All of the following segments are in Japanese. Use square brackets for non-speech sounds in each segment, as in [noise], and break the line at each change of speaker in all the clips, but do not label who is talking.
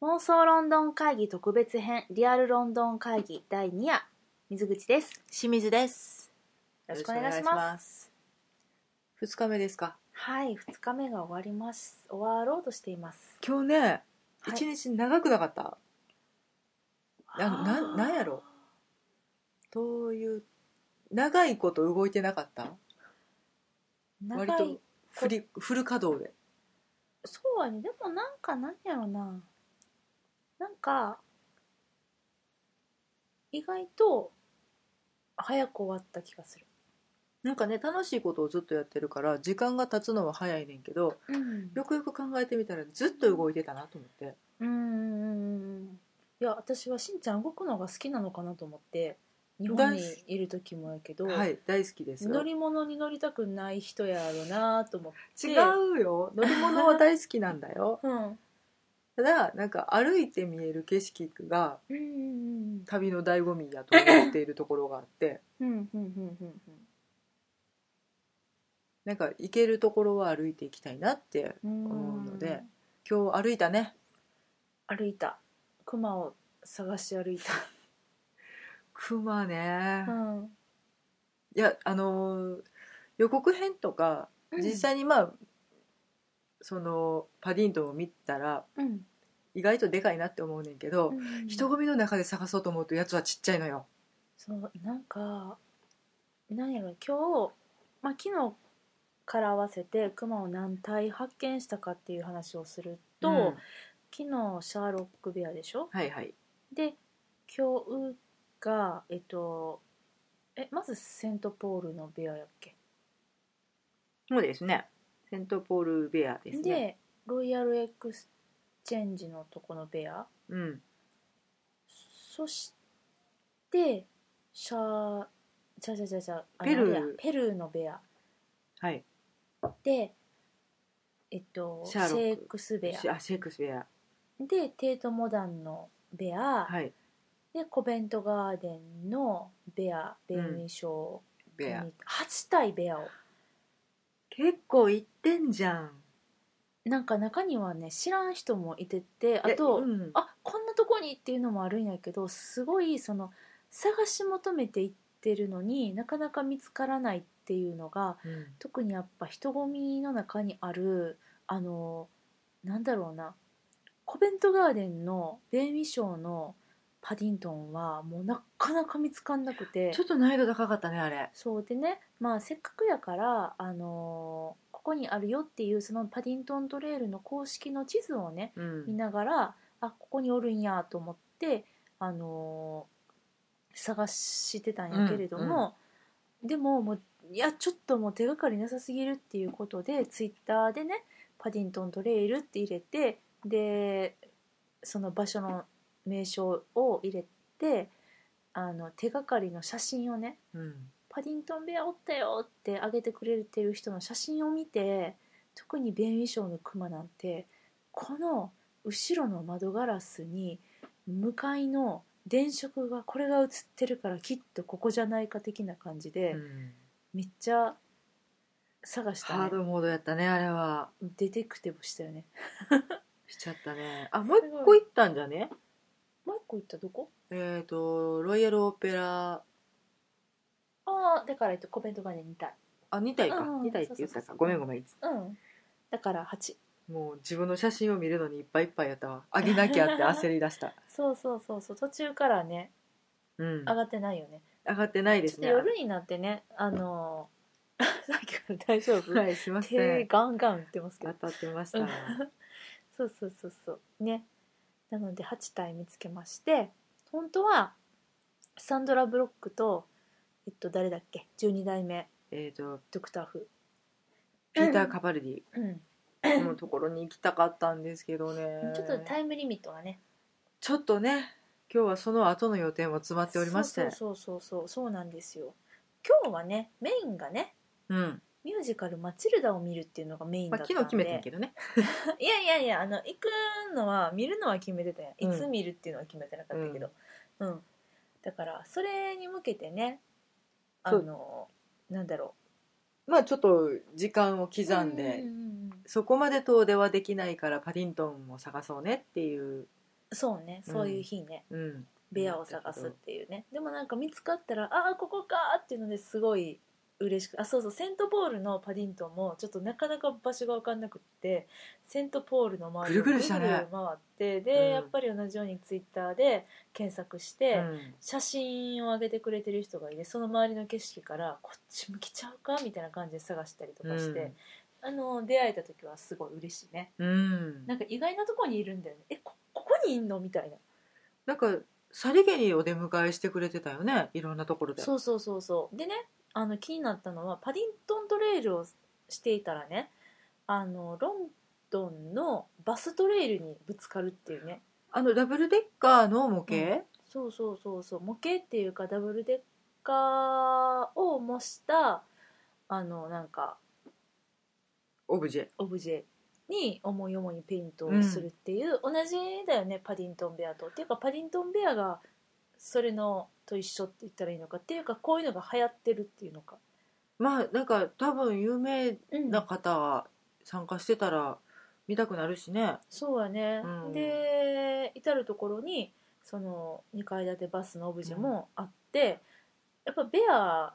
妄想ロンドン会議特別編リアルロンドン会議第2夜水口ですよ
清水です。
ろしくお願いします
す。二日目ですか。
はい2日目が終わります終わろうとしています
今日ね、
はい
一日長くなかった。な、な、なんやろ。どういう、長いこと動いてなかった割
長い
とフリ、フル稼働で。
そうはねでもなんかなんやろななんか意外と早く終わった気がする
なんかね、楽しいことをずっとやってるから、時間が経つのは早いねんけど、
うん
よくよく考えてみたらずっと動いてたなと思って。
うんうんうんうんいや私はしんちゃん動くのが好きなのかなと思って日本にいる時もやけど、
はい、大好きですよ
乗。り物に乗りたくない人やろなと思って
違うよ。乗り物は大好きなんだよ。
うん
ただ、なんか歩いて見える景色が、
うんうん
旅の醍醐味やと思っているところがあ [laughs] って
うんうんうんうんうん
なんか行けるところは歩いていきたいなって
うん
思うので今日歩いたね
歩いた熊を探し歩いた
熊ね、
うん
いやあのー予告編とか
うん
実際にまあ、そのパディントンを見たら
うん
意外とでかいなって思うねんけど、
うん
人混みの中で探そうと思うとやつはちっちゃいのよ
そうなんかなんやろ今日、まあ、昨日から合わせてクマを何体発見したかっていう話をすると、
うん
昨日シャーロック・ベアでしょ
はいはい
で今日がえっとえまずセントポールのベアやっけ
そうですねセントポールベアで
で,、ロイヤル・エクスチェンジのとこのベア
うん
そしてシャーじゃじゃじゃじゃあ
ペルー
あれやペルーのベア
はい
で、えっと、シ
シ
ェ
ャーロック
イクスベア
あシェイクスベア
でテートモダンのベア、
はい
でコベントガーデンのベア紅賞に、
ベア
8体ベアを
結構行ってんじゃん
なんか中にはね知らん人もいててあと、
うん
あこんなとこにっていうのもあるんやけどすごいその探し求めていってるのになかなか見つからないっていうのが
うん
特にやっぱ人混みの中にあるあのなんだろうなコベントガーデンのベイミショーのパディントンはもうなかなか見つかんなくて
ちょっと難易度高かったねあれ
そうでねまあせっかくやからあのここにあるよっていうそのパディントントレールの公式の地図をね
うん
見ながらあここにおるんやと思って、あのー探してたんやけれども、でももういやちょっともう手がかりなさすぎるっていうことでツイッターでねパディントントレイルって入れてでその場所の名称を入れてあの手がかりの写真をね
うん
パディントンベアおったよってあげてくれてる人の写真を見て特に紅衣装のクマなんてこの後ろの窓ガラスに向かいの電飾がこれが映ってるからきっとここじゃないか的な感じで、
うん
めっちゃ探した、
ハー
ね、
ドモードやったねあれは
デテクティブしたよね
しちゃったねあもう一
すご
個
い
行ったんじゃね
もう一個行ったどこ
えっ、とロイヤルオペラ
ああだからえっとコメントがね2体
あ二2体か、
うん
二2体って言った
そうそうそ
か
う
ごめんごめんいつ
うんだから8
もう自分の写真を見るのにいっぱいいっぱいやったわあげなき
[laughs]
ゃって焦り出した
そうそうそうそう途中からね
うん
上がってないよね
上がってないで
ちょっ
す
と
ね
夜になってね、あのー [laughs] さっきから大丈夫、
はいすいませ
手
ん
ガンガン打ってますけ
当
ど。
たってました、
うんそうそうそうそう。ね。なので8体見つけまして、本当はサンドラ・ブロックと、えっと、誰だっけ ?12 代目、
えっと
ドクター・フ
ピーター・カバルデ
ー。うん。
ィのところに行きたかったんですけどね
ちょっとタイムリミットがね。
ちょっとね今日はその後の予定も詰まっておりまして
そうそうそうそう、そうなんですよ。今日はね、メインがね、
うん
ミュージカル「マチルダ」を見るっていうのがメインだ
まあ
ったんで、
昨日決めてんけどね
いやいやいやあの行くのは見るのは決めてたやん
うん
いつ見るっていうのは決めてなかったけど、うんだからそれに向けてねあのなんだろ
まあちょっと時間を刻
うん
で、
うううん
そこまで遠出はできないからパディントンを探そうねっていう
そうねそういう日ね、
うん、
部屋を探すっていうねでもなんか見つかったらああここかーっていうのですごい嬉しくあそうそうセントポールのパディントンもちょっとなかなか場所が分かんなくってセントポールの周りを
ぐ
ぐる
るぐるし
ぐ
た
る
ね
回ってで、
うん
やっぱり同じようにツイッターで検索して、
うん
写真を上げてくれてる人がいてその周りの景色からこっち向きちゃうかみたいな感じで探したりとかして、あの出会えた時はすごい嬉しいね
うん
なんか意外なとこにいるんだよねえこここにいんのみたいな
なんかさりげにお出迎えしてくれてたよねいろんなところで
そうそうそうそうでねあの気になったのはパディントントレイルをしていたらねあのロンドンのバストレイルにぶつかるっていうね
あのダブルデッカーの模型、
うそうそうそうそう模型っていうかダブルデッカーを模したあのなんか
オブジェ
オブジェに思い思いにペイントをするっていう、同じだよねパディントンベアとっていうかパディントンベアがそれのと一緒って言ったらいいのかっていうかこういうのが流行ってるっていうのか、
まあなんか多分有名
うん
な方は参加してたら見たくなるしね
そうやね、
うん
で至る所にその2階建てバスのオブジェもあって、やっぱベア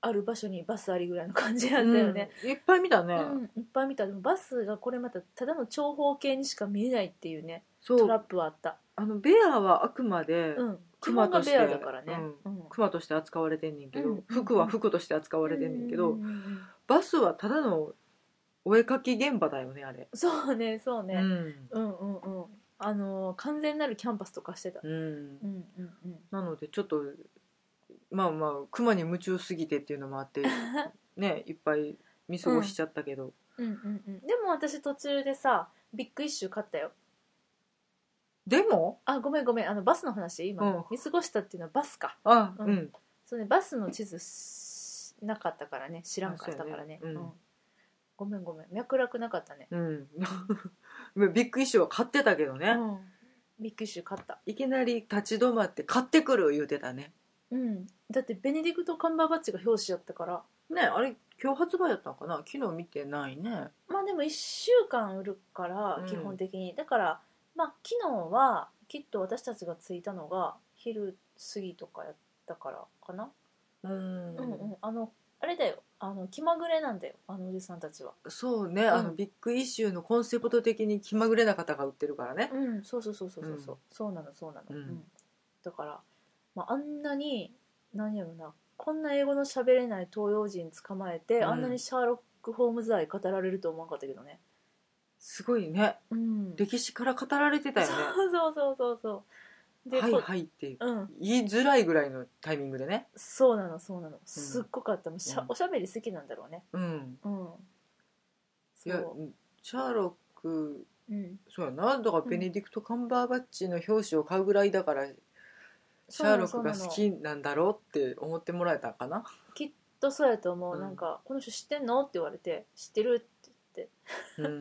ある場所にバスありぐらいの感じなんだよね、
うんいっぱい見たね、
うんいっぱい見たでもバスがこれまたただの長方形にしか見えないっていうね
そ
トラッ
う
プはあった
あのベアはあくまで
うん、基
熊
本
と
が
して
ベアだからね、うん
クマとして扱われてんねんけど、
うん
服は服として扱われてんねんけど、
ううん
バスはただのお絵描き現場だよねあれ、
そうねそう
う
ね、
ん
うん、うんうんあのー完全なるキャンパスとかしてた、
うん
うんうんうん、
なのでちょっとまあまあクマに夢中すぎてっていうのもあって
[laughs]
ねいっぱい見過ごしちゃったけど、
うんうんうんでも私途中でさビッグイッシュ買ったよ
でも
あごめんごめんあのバスの話今、
うん
見過ごしたっていうのはバスか
あう、
うんんそうねバスの地図しなかったからね知らんかったからね
あそうやねうん
ごめんごめん脈絡なかったね、
うん、 [laughs] ビッグイシューは買ってたけどね、
うん、ビッグイッシュ買った
いきなり立ち止まって買ってくる言うてたね
うんだってベネディクト・カンバーバッチが表紙やったから
ねあれ今日発売やったのかな昨日見てないね
まあでも1週間売るから
うん
基本的に、だからまあ昨日はきっと私たちが着いたのが昼過ぎとかやったからかな、
うん
うんうんあのあれだよあの気まぐれなんだよあのおじさんたちは
そうね、あの
うん
ビッグイシューのコンセプト的に気まぐれな方が売ってるからね、
うんそうそうそうそうそうそう、
うん
そうなのそうなの、
うん
だから、まあ、あんなに何やろなこんな英語の喋れない東洋人捕まえて、
うん
あんなにシャーロック・ホームズ愛語られると思わなかったけどね
すごいね
うん
歴史から語られてたよね
そうそうそうそうそう [laughs] で
はい
こ
はいって
うん
言いづらいぐらいのタイミングでね
そうなのそうなのすっごかったもうしゃ、
うん
おしゃべり好きなんだろうね
うん
うん
い
そ
や
う
シャーロック
うん
そうやなだから
うん
ベネディクト・カンバーバッチの表紙を買うぐらいだから、シ
そう
ャ
な
ーロ
の
ックが
そう
好
なの
きなんだろうって思ってもらえたんかな
きっとそうやと思う、
うん
なんか「この人知ってんの?」って言われて「知ってる?」って言って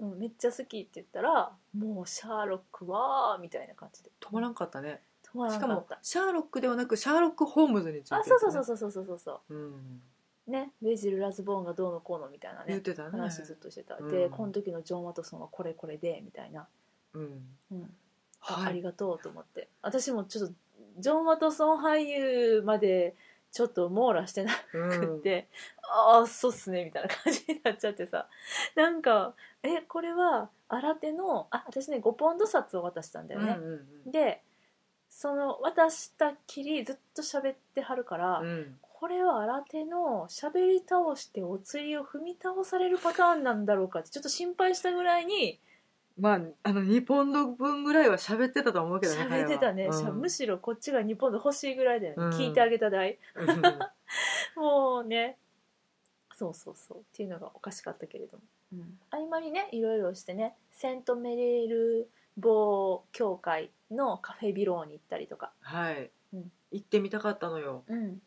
うん
「うん、めっちゃ好き」って言ったら「もうシャーロックは」みたいな感じで
止まらんかったね
[laughs] 止まら
し
ん
か
か
も
った
シャーロックではなくシャーロック・ホームズについて、、
あそうそうそうそうそうそうそうそう
ん、
うねベイジル・ラズボーンがどうのこうのみたいな
言っ
ね
てたね
話ずっとしてた、
うん
でこの時のジョン・ワトソンはこれこれでみたいな、
うん
うん、あ
は
あり
い
がとうと思って私もちょっとジョン・ワトソン俳優までちょっと網羅してなくって、ああそうっすねみたいな感じになっちゃってさ [laughs] なんかえこれは新手のあ私ね5ポンド札を渡したんだ
うん
よ
うん
ね、でその渡したきりずっと喋ってはるから、
うんうん
これは新手の喋り倒してお釣りを踏み倒されるパターンなんだろうかってちょっと心配したぐらいに
まああの2ポンド分ぐらいは喋ってたと思うけどね
喋ってたね、
彼は
しゃ
うん
むしろこっちが日本で欲しいぐらいだよね、
うん
聞いてあげた代
うん
[laughs] もうねそうそうそうっていうのがおかしかったけれども、合間にねいろいろしてねセントメレール某協会のカフェビローに行ったりとか、
はい、
うん
行ってみたかったのよ
うん、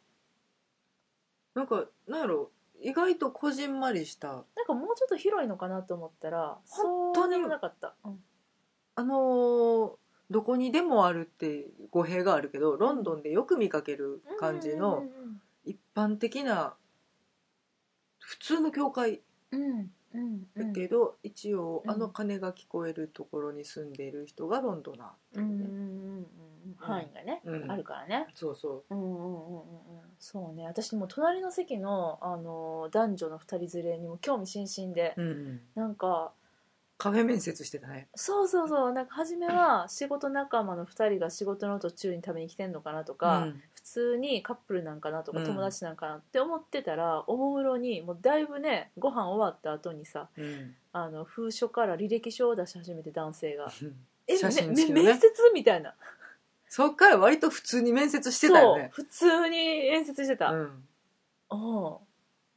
なんかなんやろ意外とこじんまりした
なんかもうちょっと広いのかなと思ったら
本当に
そうでもなかった、うん
あのーどこにでもあるって語弊があるけどロンドンでよく見かける感じの一般的な普通の教会
うんうんうんうんうんう
だ
ん
けど、一応
うん
あの鐘が聞こえるところに住んでいる人がロンドナーって
う
い
んうんう
うね、
んうん範囲がね、
うん
あるからね
そうそう
うんうんうんうんうんそうね私も隣の席の、あの男女の二人連れにも興味津々で、
うんうん
なんか
カフェ面接してたね
そうそうそうなんか初めは仕事仲間の2人が仕事の途中に食べに来てんのかなとか、
うん
普通にカップルなんかなとか
うん
友達なんかなって思ってたら、おもむろにもうだいぶねご飯終わった後にさ
うん
あの封書から履歴書を出し始めて男性が「え、
写
め
真
め
付きのね
面接?」みたいな
そっから割と普通に面接してたよね
そう普通に演説してた、う
うん
ん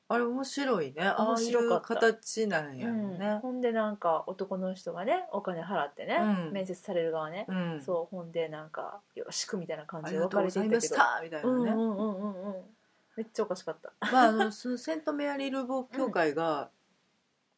あれ面白いねあ
面
あい
白か
う
った
形なんやろ
うん
ね
ほんでなんか男の人がねお金払ってね、
うん
面接される側ね、
うん
そうほんでなんか「よろしく」みたいな感
あ
じ
り
で
が
別
とうご
れて
ざ
い
い
ったけ
まし
ど
たみたい
うんう
なね
んうんうんうんめっちゃおかしかった
まああのそのセントメアリー・ルボー協会が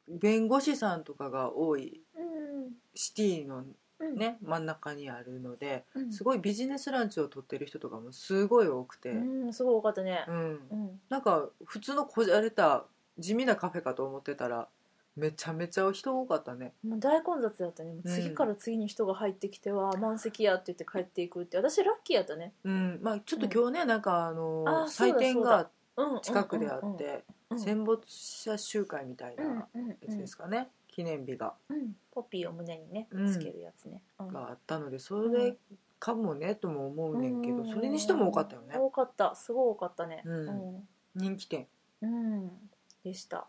弁護士さんとかが多い
うん
シティの
うん
ね真ん中にあるので
うん
すごいビジネスランチを取ってる人とかもすごい多くて、
うんすごい多かったね
うん、
うん
なんか普通のこじゃれた地味なカフェかと思ってたらめちゃめちゃ人多かったね
もう大混雑だったねもう次から次に人が入ってきては満席やって言って帰っていくって私ラッキーやったね
うんまあちょっと今日ね、なんかあの
あーそうだ
祭典が
うん
近くであ
うんうん
っ
うん
て
うん
戦没者集会みたいな
うん
や
うんう
つ
ん
ですかね記念日が
うんポピーを胸にね
うん
つけるやつねうん
があったのでそれかもねとも思うねんけどそれにしても多かったよね
多かったすごい多かったね
うん人気店
うんでした、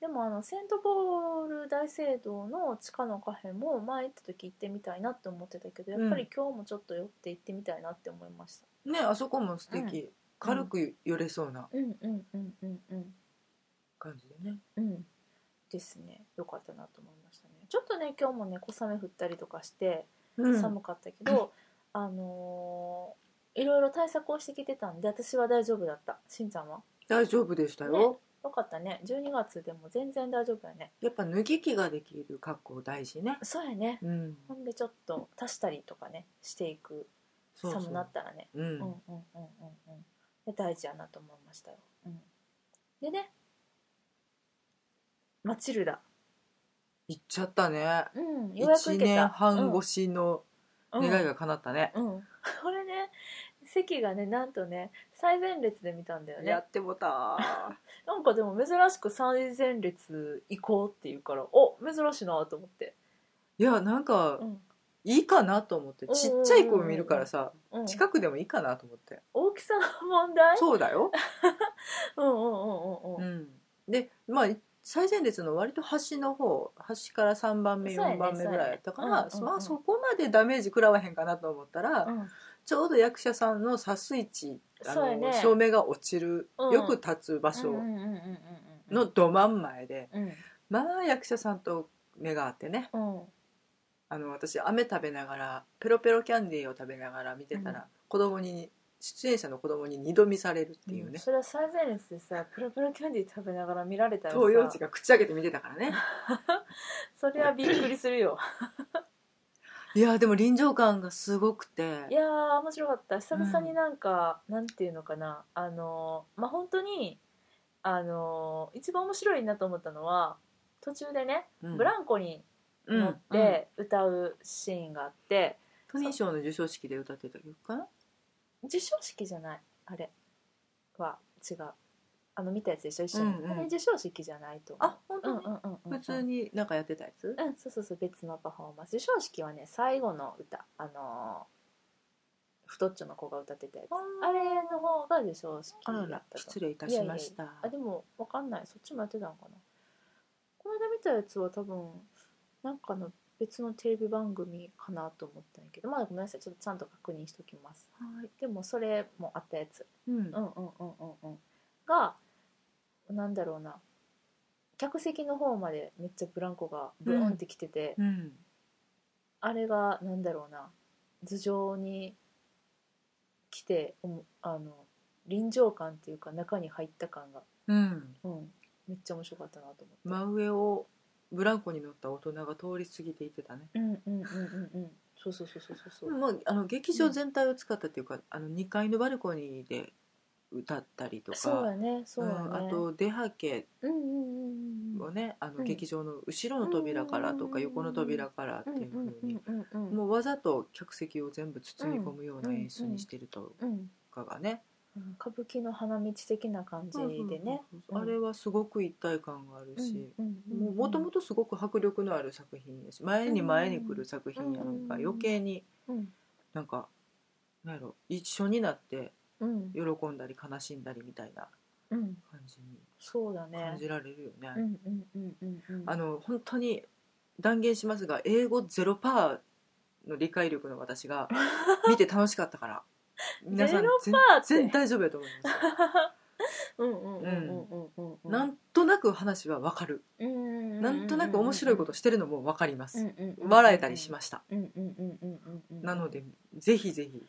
でもあのセントポール大聖堂の地下のカフェも前行った時行ってみたいなって思ってたけどやっぱり今日もちょっと寄って行ってみたいなって思いました
ねあそこも素敵、軽く寄れそうな
うんうんうんうんうん
感じでね
うんですねよかったなと思いましたねちょっとね今日もね小雨降ったりとかして
うん
寒かったけど、あのーいろいろ対策をしてきてたんで私は大丈夫だったしんちゃんは
大丈夫でしたよ、
ねよかったね12月でも全然大丈夫やね
やっぱ脱ぎ着ができる格好大事ね
そうやね
うん
ほんでちょっと足したりとかねしていく
そうそう
寒なったらね
う
うんんうんうんうんうんで大事やなと思いましたよ、うん、でねマチルダ、
行っちゃったね
うん、ようやく
1
行けた
年半
うん
越しの願いが叶ったね、
うん、うん [laughs] これね席がねなんとね最前列で見たんだよね
ってもた
なんかでも珍しく最前列行こうって言うからお珍しいなと思って、
いやなんか
うん
いいかなと思って
うん
ちっちゃい子を見るからさ
うん、
近くでもいいかなと思って
大きさの問題
そうだよ、
うんうんうんうんう
うんん、でまあ最前列の割と端の方端から3番目
そうやね
4番目ぐらいやったか
そうや
ら
ねうんうんうん
まあそこまでダメージ食らわへんかなと思ったら、
うん
ちょうど役者さんの差す位置あ
そう
の、
やね
照明が落ちる、
うん
よく立つ場所
うんうんうんうんうんうん
のど真ん前で、
うん
まあ役者さんと目が合ってね
うん
あの私飴食べながらペロペロキャンディーを食べながら見てたら、子供に出演者の子供に二度見されるっていうね、
それは最前列でさプロプロキャンディー食べながら見られたらさ
東洋地が口開けて見てたからね
それはびっくりするよ
いやでも臨場感がすごくて
いやー面白かった久々になんか、なんていうのかなあのーまあ本当にあのー一番面白いなと思ったのは途中でね、
うん
ブランコに乗っ
うんうん
て歌うシーンがあって、
トニー賞の授賞式で歌ってた曲かな
授賞式じゃないあれは違うあの見たやつでしょ一緒に、
うんうん
あれ授賞式じゃないと思う
あ本当に、
うんうんうんうんうん
普通になんかやってたやつ、
うん、そうそうそう別のパフォーマンス授賞式はね最後の歌あのー太っちょの子が歌ってたやつあれの方が授賞式
あ
だ
ら
っ
ら
たと
失礼いたしました
あでもわかんないそっちもやってたのかなこの間見たやつは多分なんかの別のテレビ番組かなと思ったんやけどまだごめんなさいちょっとちゃんと確認しときます
はい
でもそれもあったやつ
うん
うんうんうんうんうんがなんだろうな客席の方までめっちゃブランコがブーンってきてて、
うん
あれがなんだろうな頭上に来ておもあの臨場感っていうか中に入った感が、
うん
うん、めっちゃ面白かったなと思って、
真上をブランコに乗った大人が通り過ぎていってたね、
うんうんうんうんうんそうそうそうそうそうそう、
まあ、あの劇場全体を使ったっていうか、あの2階のバルコニーで歌ったりとか
そうやねそうやね、
うんあと「出はけ
うんうんうんうん」うん
をねあ
う
の
ん
劇場の後ろの扉からと
うんうんうんう
か
ん
横の扉からって
うんう
いうふ
ん
う
う
に
んうんうん
もうわざと客席を全部包み込むような演出にしてると
うん
かがね
うん歌舞伎の花道的な感じでね
そうそうそうあれはすごく一体感があるし。もうもとも
と
とすごく迫力のある作品やし前に前に来る作品やなんか余計に
うん
なんかなんやろ一緒になって
うん
喜んだり悲しんだりみたいな
うん
感じに
そうだね
感じられるよね。
うんうんうんうんうん
あの本当に断言しますが英語ゼロパーの理解力の
[laughs]
私が見て楽しかったから皆さん
ゼロ
全
パーって
全然大丈夫やと思います
うんうんうんうんうんうん
なんとなく話はわかる
うんうんうんうん
なんとなく面白いことしてるのもわかり
う
ま
ん
す
うんうん
笑えたりしました
うんうんうんうんうんうん
なのでぜひぜひ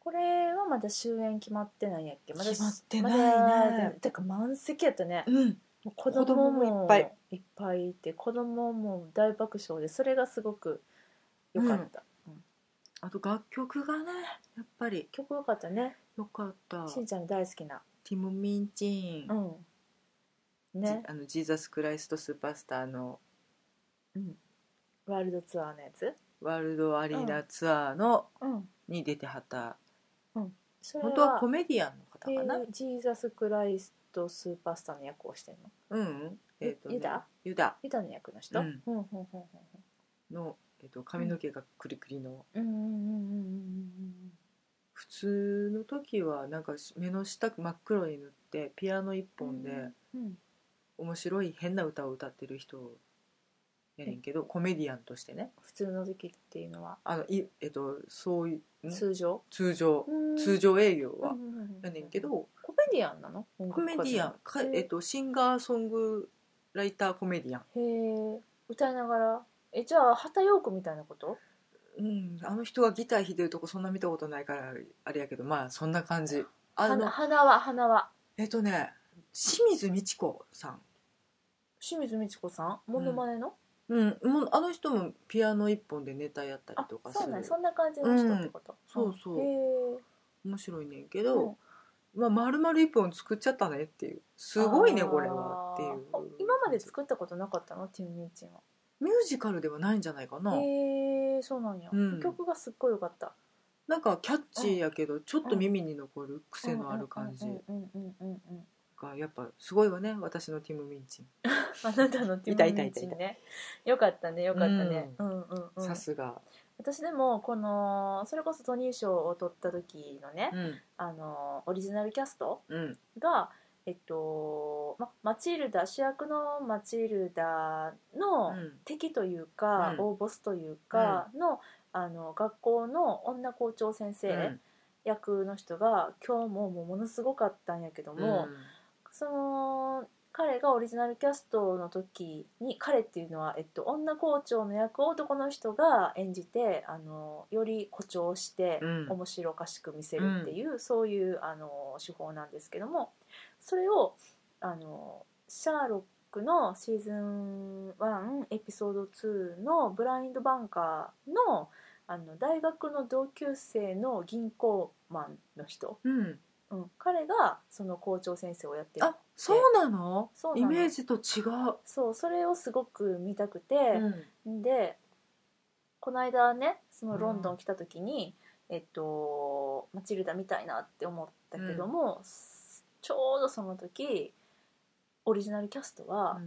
これはまだ終演決まってないんやっけまだ
決まってないね
まだてか満席やったね
うん
もう子供
子供
も
も
い
い
っ
っ
ぱ
ぱ
い
い
いて子供も大爆笑でそれがすごく良かった、
あと楽曲がねやっぱり
曲良かったね
よかった
しんちゃんの大好きな
ティモ・ミンチン
うんね
ジあのジーザス・クライスト・スーパースターの
ワールドツアーのやつ
ワールドアリーナツアーの
うん
に出てはった
それ
本当はコメディアンの方かな
えージーザス・クライスト・スーパースターの役をしてるの
うん、
ゆ
えっとね
ユダ
ユダ
ユダの役の人、
うん
うんうんうんうん
の、えっと、髪の毛がクリクリの
うんうんうんうん
普通の時はなんか目の下真っ黒に塗ってピアノ一本で
うんうん
面白い変な歌を歌ってる人やねんけどコメディアンとしてね
普通の時っていうのは
あのい、えっと、そういうん
通常
通常通
通
常営業はや
や
ねんけど
コメディアンなの
コメディアンか、えっと、シンガーソングライターコメディアン
へえ歌いながらえじゃあ畑陽子みたいなこと
うん、あの人がギター弾いてるとこそんな見たことないからあれやけどまあそんな感じあ
花
の
花は花は
えっとね清水美智子さん、
清水美智子さんモノマネの、
うん、もうあの人もピアノ一本でネタやったり
あ
とかす
そう
る
なんそんな感じの人ってこと、
うんそうそう
へえ
面白いねんけど、まあ、丸々一本作っちゃったねっていうすごいねこれはってい
あ
う
ーあ今まで作ったことなかったのティム・ミーチンは
ミュージカルではないんじゃないかな、
へえそうなんや、
うん
曲がすっごい良かった
なんかキャッチーやけどちょっと耳に残る癖のある感じ
うんうんうんうんうんうん
がやっぱすごいわね私のティム・ミンチン
あなたのティム・ミーチンねよかったねよかったね、う、
うん
うんうん
さすが、
私でもこのそれこそトニー賞を取った時のね、
うん
あのオリジナルキャスト
うん
が、えっとま、マチルダ主役のマチルダ
う
の
ん
敵というか、
うん
大ボスというかの,、あの学校の女校長先生役の人が、今日ももうものすごかったんやけど
うん
も、その彼がオリジナルキャストの時に彼っていうのは、えっと、女校長の役を男の人が演じてあのより誇張して
うん
面白おかしく見せるっていう、そういうあの手法なんですけどもそれをあのシャーロックのシーズン1エピソード2の「ブラインドバンカーの」あの大学の同級生の銀行マンの人、
うん、
うん、彼がその校長先生をやってる
あそうなの
そうな
イ
の
メージと違う、
そうそれをすごく見たくて、
うん
でこの間ねその
うん
ロンドン来た時に、えっとマチルダ見たいなって思ったけども、すちょうどその時オリジナルキャストは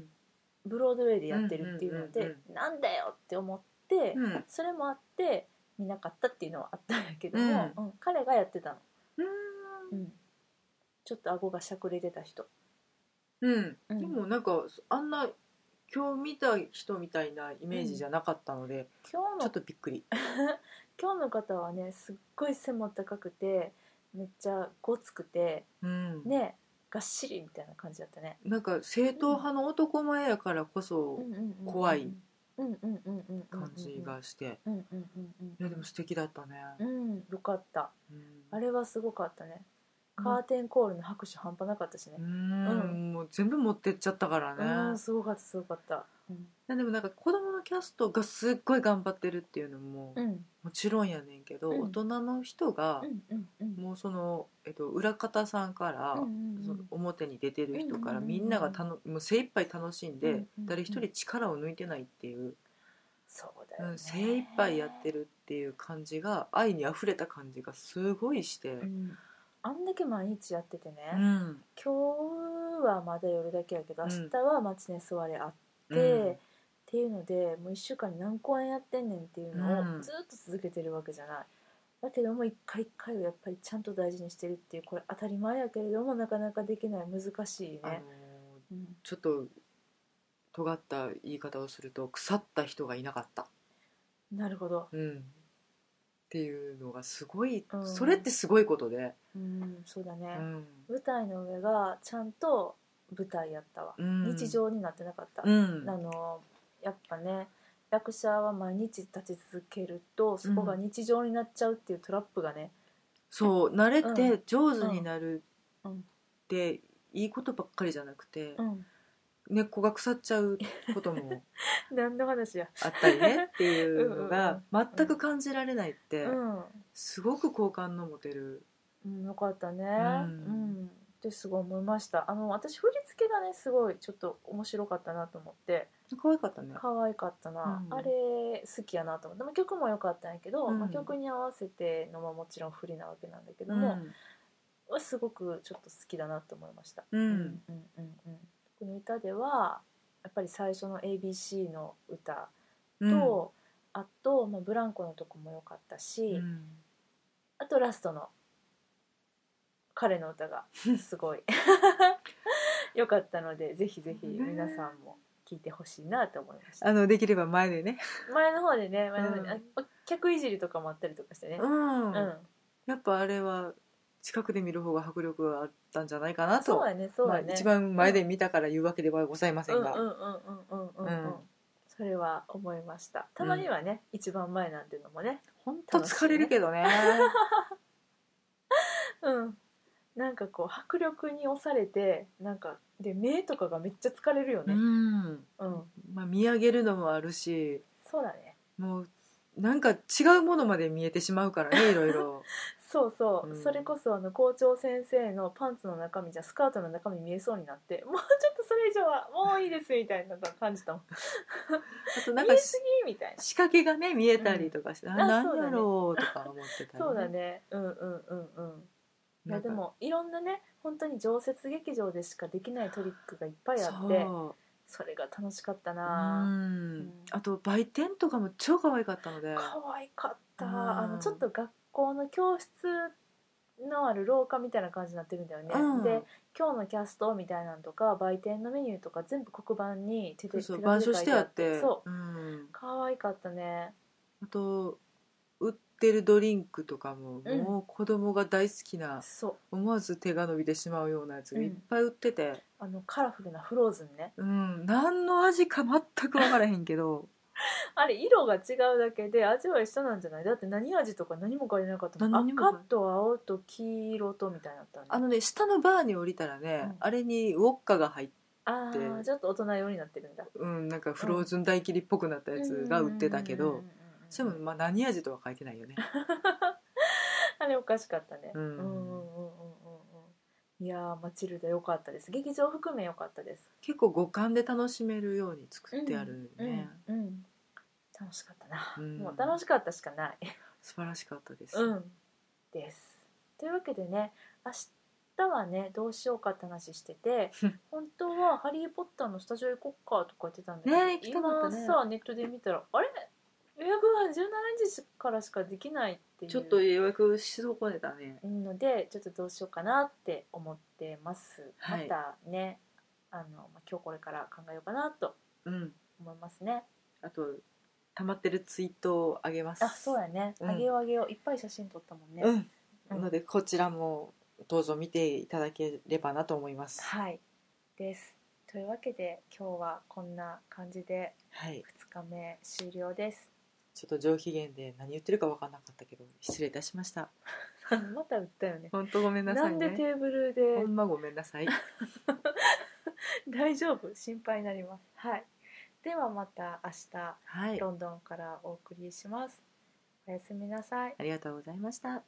ブロードウェイでやってるっていうので、
うんうんうん
なんだよって思って、
うんうん
それもあって見なかったっていうのはあったんやけども、うん彼がやってたの、うんちょっと顎がしゃくれてた人
うん
うん
でもなんかあんな今日見た人みたいなイメージじゃなかったので、
今日の
ちょっとびっくり、
今日の方はねすっごい背も高くてめっちゃごつくて
うん
ねがっしりみたいな感じだったね、
なんか正統派の男前やからこ
う
そ
んうんうん、
怖い
うんうんうんうんうん
感じがして、
うんうんうんうん
いやでも素敵だったね、
うんよかった
うん
あれはすごかったねカーテンコールの拍手半端なかったしね
うーんもう全部持ってっちゃったから
うん
ね
すごかったすごかった
でもなんか子供のキャストがすっごい頑張ってるっていうのも
うん
もちろんやねんけど、
うん
大人の人が
うんうんうん
もうその、えっと、裏方さんから、
うん
その表に出てる人から
うん
みんながたのもう精一杯楽し
う
ん
んうん
で
うん
誰一人力を抜いてないっていう、
そうだ
う
よね、
ん、精一杯やってるっていう感じが愛にあふれた感じがすごいして、
うんあんだけ毎日やっててね、
うん
今日はまだ夜だけやけど
う
明
ん
日は松根座りあって、
うん
っていうのでもう1週間に何公演やってんねんっていうの
う
を
ん
ずっと続けてるわけじゃない。だけども一回一回をやっぱりちゃんと大事にしてるっていうこれ当たり前やけれどもなかなかできない難しい
あのー
ね。うん
ちょっと尖った言い方をすると腐った人がいなかった、
なるほど、
うん、っていうのがすごい、
うん
それってすごいことで、
うん、そうだね、
うん
舞台の上がちゃんと舞台やったわ、
うん
日常になってなかった、
うん
あのやっぱね役者は毎日立ち続けるとそこが日常になっちゃうっていうトラップがね、
そう慣れ
う
て上手になる
うん
っていいことばっかりじゃなくて、
うん、
根っこが腐っちゃうことも
何の話や、
あったりねっていうの
うん
が全く感じられないって
うん
すごく好感の持てる、
うん、よかったね、うん
ん
ってすごい思いましたあの私振り付けがねすごいちょっと面白かったなと思って
可愛かったね
可愛かったな、
うん
あれ好きやなと思って、まあ、曲も良かったんやけど、
うん
まあ、曲に合わせてのももちろん振りなわけなんだけど
うん
も、はすごくちょっと好きだなと思いました。
うん
うんうんうんうんこの歌ではやっぱり最初の ABC の歌
うん
と、あと、まあ、ブランコのとこも良かったし、
うん
あとラストの彼の歌
[laughs]
がすごい [laughs] 良かったのでぜひぜひ皆さんも聴いてほしいなと思いました
あのできれば前でね、
前の方でね前の方で、
うん
あ客いじりとかもあったりとかしてね、
うん
うん
やっぱあれは近くで見る方が迫力があったんじゃないかなと
そうやねそうやね、
まあ、一番前で見たから言うわけではございませんが、
うんうんうんうんうんうん、うん
うん
それは思いましたたまにはね、一番前なんていうのもね
ほんと疲れるけどね
うんなんかこう迫力に押されてなんかで目とかがめっちゃ疲れるよ
う
ね
ん、
うん、
まあ、見上げるのもあるし
そうだね
もうなんか違うものまで見えてしまうから
[laughs]
ねいろいろ
そうそう、
うん
それこそあの校長先生のパンツの中身じゃスカートの中身見えそうになって [laughs] もうちょっとそれ以上はもういいですみた
[laughs]
いなの感じたもん
あとなん
見
か
え
し
すぎみたいな
仕掛けがね見えたりとかして、
あ
あ
そう
何
だね
やろうとか思ってたり、
そうだねうんうんうんうんい
な
や
ん
で
か
もいろんなね本当に常設劇場でしかできないトリックがいっぱいあ
そ
っ
う
てそれが楽しかったな、
うんあと売店とかも超可愛かったので
可愛かった、
うん
あのちょっと学校の教室のある廊下みたいな感じになってるんだよね、
うん
で今日のキャストみたいなのとか売店のメニューとか全部黒板に手
そ
で
うそう
手紙
板
で
書
書
し
い
てあって、
そう
ん、
可愛かったね
あと売ってるドリンクとかも、
うん
もう子供が大好きな
そう
思わず手が伸びてしまうようなやつが
うん
いっぱい売ってて、
あのカラフルなフローズンね
うん、何の味か全く分からへんけど
あれ色が違うだけで味は一緒なんじゃないだって何味とか何も書いてなかったもん
何にも書いて
赤と青と黄色とみたいなのったね
[laughs] あのね下のバーに降りたらね、
うん
あれにウォッカが入って、
あーちょっと大人用になってるんだ
うん、なんかフローズン大切りっぽくなったやつが売ってた
う
け
んうん
ど
うんうん
それもまあ何味とは書いてないよ [laughs] ね
あれおかしかったねう
うんん
うんうんうんうんうんいやーマチルダ良かったです劇場含め良かったです
結構五感で楽しめるように作ってあるね、
うん、うん楽しかったな、
うん
もう楽しかったしかない
素晴らしかったです、
うんですというわけでね明日はねどうしようかって話して
[laughs]
て本当は「ハリー・ポッター」のスタジオ行こっかとか言ってたんだけど、
ねえ行きたかったね
今さネットで見たらあれ予約が17時からしかできないっていう
ちょっと予約し損ねたね
のでちょっとどうしようかなって思ってます、
はい
またねあのまあ今日これから考えようかなと
うん
思いますね
あと溜まってるツイートをあげます
あそうやね、
うん
あげようあげよういっぱい写真撮ったもんね、
うん
う
なんのでこちらもどうぞ見ていただければなと思いますは
はいですというわけで今日はこんな感じで
い
2日目終了です
ちょっと上機嫌で何言ってるか分からなかったけど失礼いたしました
うんまた売ったよね
本当ごめんな
な
さい
んで
ね
テーブル
ほ
で
んまごめんなさい
大丈夫心配になりますはいではまた明
[laughs] はい
日ロンドンからお送りしますおやすみなさい
ありがとうございました